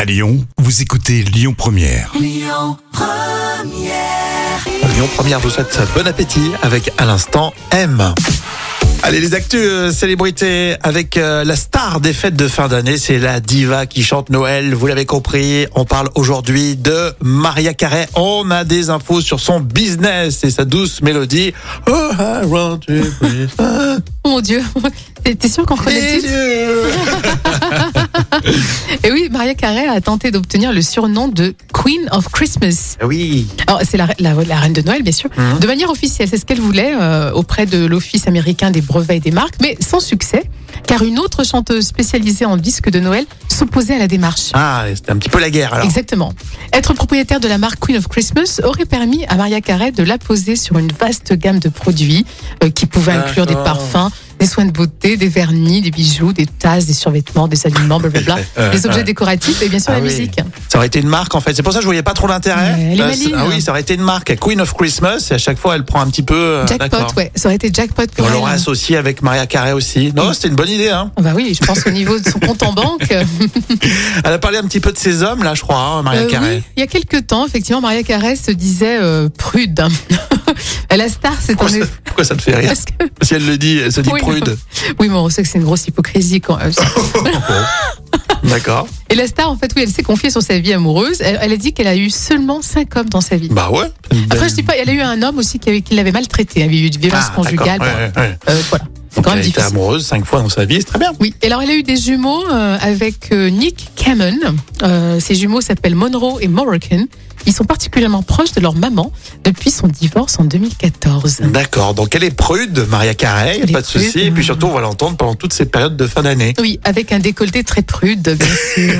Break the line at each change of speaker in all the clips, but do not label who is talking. À Lyon, vous écoutez Lyon Première.
Lyon Première vous souhaite bon appétit avec à l'instant M. Allez les actus euh, célébrités avec euh, la star des fêtes de fin d'année, c'est la diva qui chante Noël, vous l'avez compris, on parle aujourd'hui de Maria Carré, on a des infos sur son business et sa douce mélodie. Oh, I want to be-
Mon Dieu, t'es t'es sûr qu'on connaît tous Et Eh oui, Maria Carey a tenté d'obtenir le surnom de Queen of Christmas.
Ah Oui,
Alors, c'est la, re- la- la reine de Noël, bien sûr.
Mhm.
De manière officielle, c'est ce qu'elle voulait euh, auprès de l'Office américain des brevets et des marques, mais sans succès, car une autre chanteuse spécialisée en disques de Noël s'opposait à la démarche.
ah c'était un petit peu la guerre alors.
Exactement. Être propriétaire de la marque Queen of Christmas aurait permis à Maria Carey de la poser sur une vaste gamme de produits euh, qui pouvaient inclure des
D'accord.
parfums, des soins de beauté, des vernis, des bijoux, des tasses, des survêtements, des aliments, blablabla, des objets décoratifs et bien sûr
Euh, Ah
la
oui.
musique.
Ça aurait été une marque en fait. C'est pour ça que je voyais pas trop l'intérêt.
Ouais, elle est
Euh, c'est-
maligne.
ah oui, ça aurait été une marque Queen of Christmas et à chaque fois elle prend un petit peu. euh, d'accord.
Jackpot, ouais, ça aurait été jackpot
Et
pour
on
elle.
l'aurait associé avec Maria Carré aussi. Non, c'était une bonne idée. Hein.
Ah Bah oui, je pense au niveau de son compte en banque. euh,
Elle a parlé un petit peu de ses hommes là, je crois, hein, Maria
Euh,
Carré.
oui, il y a quelques temps, effectivement, Maria Carey se disait euh, prude. la star, c'est
Pourquoi,
un
ça, pourquoi ça te fait rire
parce que-
Si elle le dit, elle se dit
Oui,
prude.
Oui, mais on sait que c'est une grosse hypocrisie quand même.
D'accord.
Et la star, en fait, oui, elle s'est confiée sur sa vie amoureuse. Elle, elle a dit qu'elle a eu seulement cinq hommes dans sa vie.
Bah ouais.
Après, je dis pas, elle a eu un homme aussi qui, avait- qui l'avait maltraité. Elle avait eu des violences
Ah,
conjugales.
d'accord, ouais, ouais, ouais.
Bon, euh, voilà. C'est
Donc,
quand
elle
même
était
difficile.
amoureuse cinq fois dans sa vie, c'est très bien.
Oui, et alors elle a eu des jumeaux euh, avec euh, Nick Cameron. Euh, ces jumeaux s'appellent Monroe et Moroccan. Ils sont particulièrement proches de leur maman depuis son divorce en 2014.
D'accord. Donc elle est prude, Maria Carré,
Elle est
pas de souci.
prude.
Et puis surtout, on va l'entendre pendant toutes ces périodes de fin d'année.
Oui, avec un décolleté très prude, bien sûr.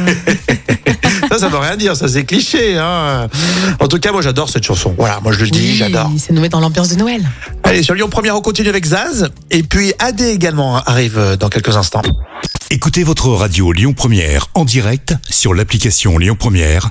Ça, ça veut rien dire, ça c'est cliché. Hein. En tout cas, moi j'adore cette chanson. Voilà, moi je le dis,
Oui,
j'adore.
Ça nous met dans l'ambiance de Noël.
Allez, sur Lyon Première, on continue avec Zaz. Et puis AD également arrive euh, dans quelques instants.
Écoutez votre radio Lyon Première en direct sur l'application Lyon Première,